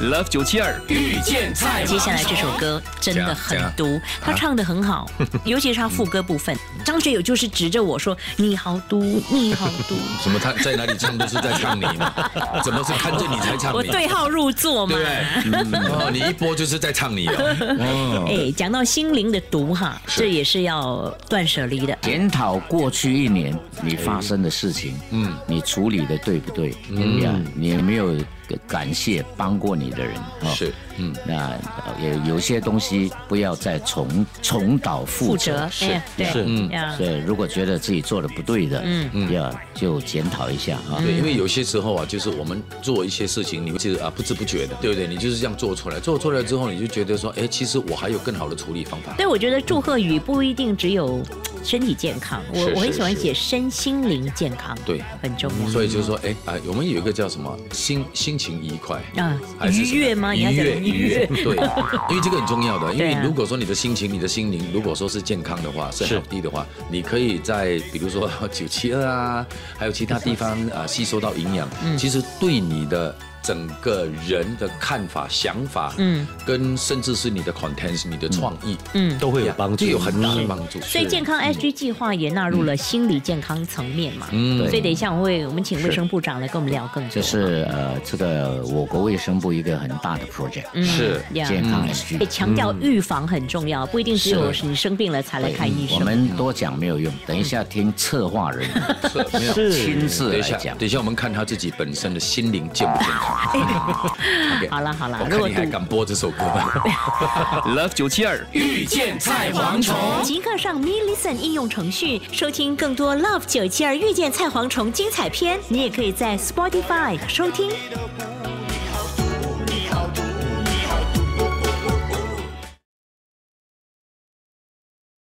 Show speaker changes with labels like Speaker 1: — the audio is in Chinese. Speaker 1: Love 九七二遇见菜
Speaker 2: 接下来这首歌真的很毒，他唱的很好，
Speaker 3: 啊
Speaker 2: 尤其是他副歌部分，张学友就是指着我说：“你好 毒，你好毒。
Speaker 3: 什么他在哪里唱都是在唱你 嘛，怎么是看着你才”唱
Speaker 2: 我
Speaker 3: 你？
Speaker 2: 对号入座嘛
Speaker 3: 对不。对？啊哦，你一播 就是在唱你哦。
Speaker 2: 哎，讲到心灵的毒哈，这也是要断舍离的。
Speaker 4: 检讨过去一年你发生的事情，嗯，你处理的对不对？嗯呀，你有没有感谢帮过你的人？哦
Speaker 3: 是，
Speaker 4: 嗯，那有有些东西不要再重重蹈覆
Speaker 2: 负
Speaker 4: 辙
Speaker 2: 责，哎，对，
Speaker 1: 是
Speaker 3: 嗯
Speaker 2: 呀
Speaker 4: 所以如果觉得自己做的不对的，
Speaker 2: 嗯
Speaker 4: 嗯，要就检讨一下啊。
Speaker 3: 对，因为有些时候啊，就是我们做一些事情，你会是啊不知不觉的，对不对？你就是这样做出来，做出来之后，你就觉得说，哎，其实我还有更好的处理方法。
Speaker 2: 对，我觉得祝贺语不一定只有身体健康，我
Speaker 3: 是
Speaker 2: 我很喜欢
Speaker 3: 是
Speaker 2: 写身心灵健康，
Speaker 3: 对
Speaker 2: 很重要。
Speaker 3: 所以就是说，哎啊，我们有一个叫什么心心情愉快
Speaker 2: 啊
Speaker 3: 还是什么
Speaker 2: 愉悦吗你要
Speaker 3: 愉悦，
Speaker 2: 讲
Speaker 3: 愉悦，对，因为这个很重要 的。因
Speaker 2: 对
Speaker 3: 为
Speaker 2: 啊
Speaker 3: 如果说你的心情、你的心灵，如果说是健康的话，是好的的话，你可以在比如说 九七二啊，还有其他地方啊，吸收到营养，
Speaker 2: 嗯
Speaker 3: 其实对你的。整个人的看法、想法，
Speaker 2: 嗯
Speaker 3: 嗯，跟甚至是你的 content、你的创意，
Speaker 2: 嗯。
Speaker 1: 都会有
Speaker 3: 呀
Speaker 1: 帮助，
Speaker 3: 就有很大的帮助。
Speaker 2: 所以健康 SG 计划也纳入了心理健康层面嘛，
Speaker 3: 嗯
Speaker 2: 所以等一下我会我们请卫生部长来跟我们聊更多。
Speaker 4: 这是呃，这个我国卫生部一个很大的 project，
Speaker 2: 嗯
Speaker 3: 是
Speaker 2: 呀
Speaker 4: 健康
Speaker 2: 嗯
Speaker 4: SG
Speaker 2: 也强调预防很重要，不一定只有
Speaker 4: 是
Speaker 2: 你生病了才来看医
Speaker 4: 我
Speaker 2: 生。嗯
Speaker 4: 们多讲没有用，等一下听策划人
Speaker 3: 没有
Speaker 4: 亲自
Speaker 3: 等一
Speaker 4: 来
Speaker 3: 下，
Speaker 4: 讲。
Speaker 3: 等一下，我们看他自己本身的心灵健不健康。OK
Speaker 2: 好了好了
Speaker 3: 我，
Speaker 2: 如
Speaker 3: 看
Speaker 2: 果
Speaker 3: 你还
Speaker 2: 赌
Speaker 3: 敢播这首歌吧？
Speaker 1: Love 九七二遇见菜蝗虫。
Speaker 2: 即刻上 Me Listen 应用程序收听更多 Love 九七二遇见菜蝗虫精彩片，你也可以在 Spotify 收听。
Speaker 5: open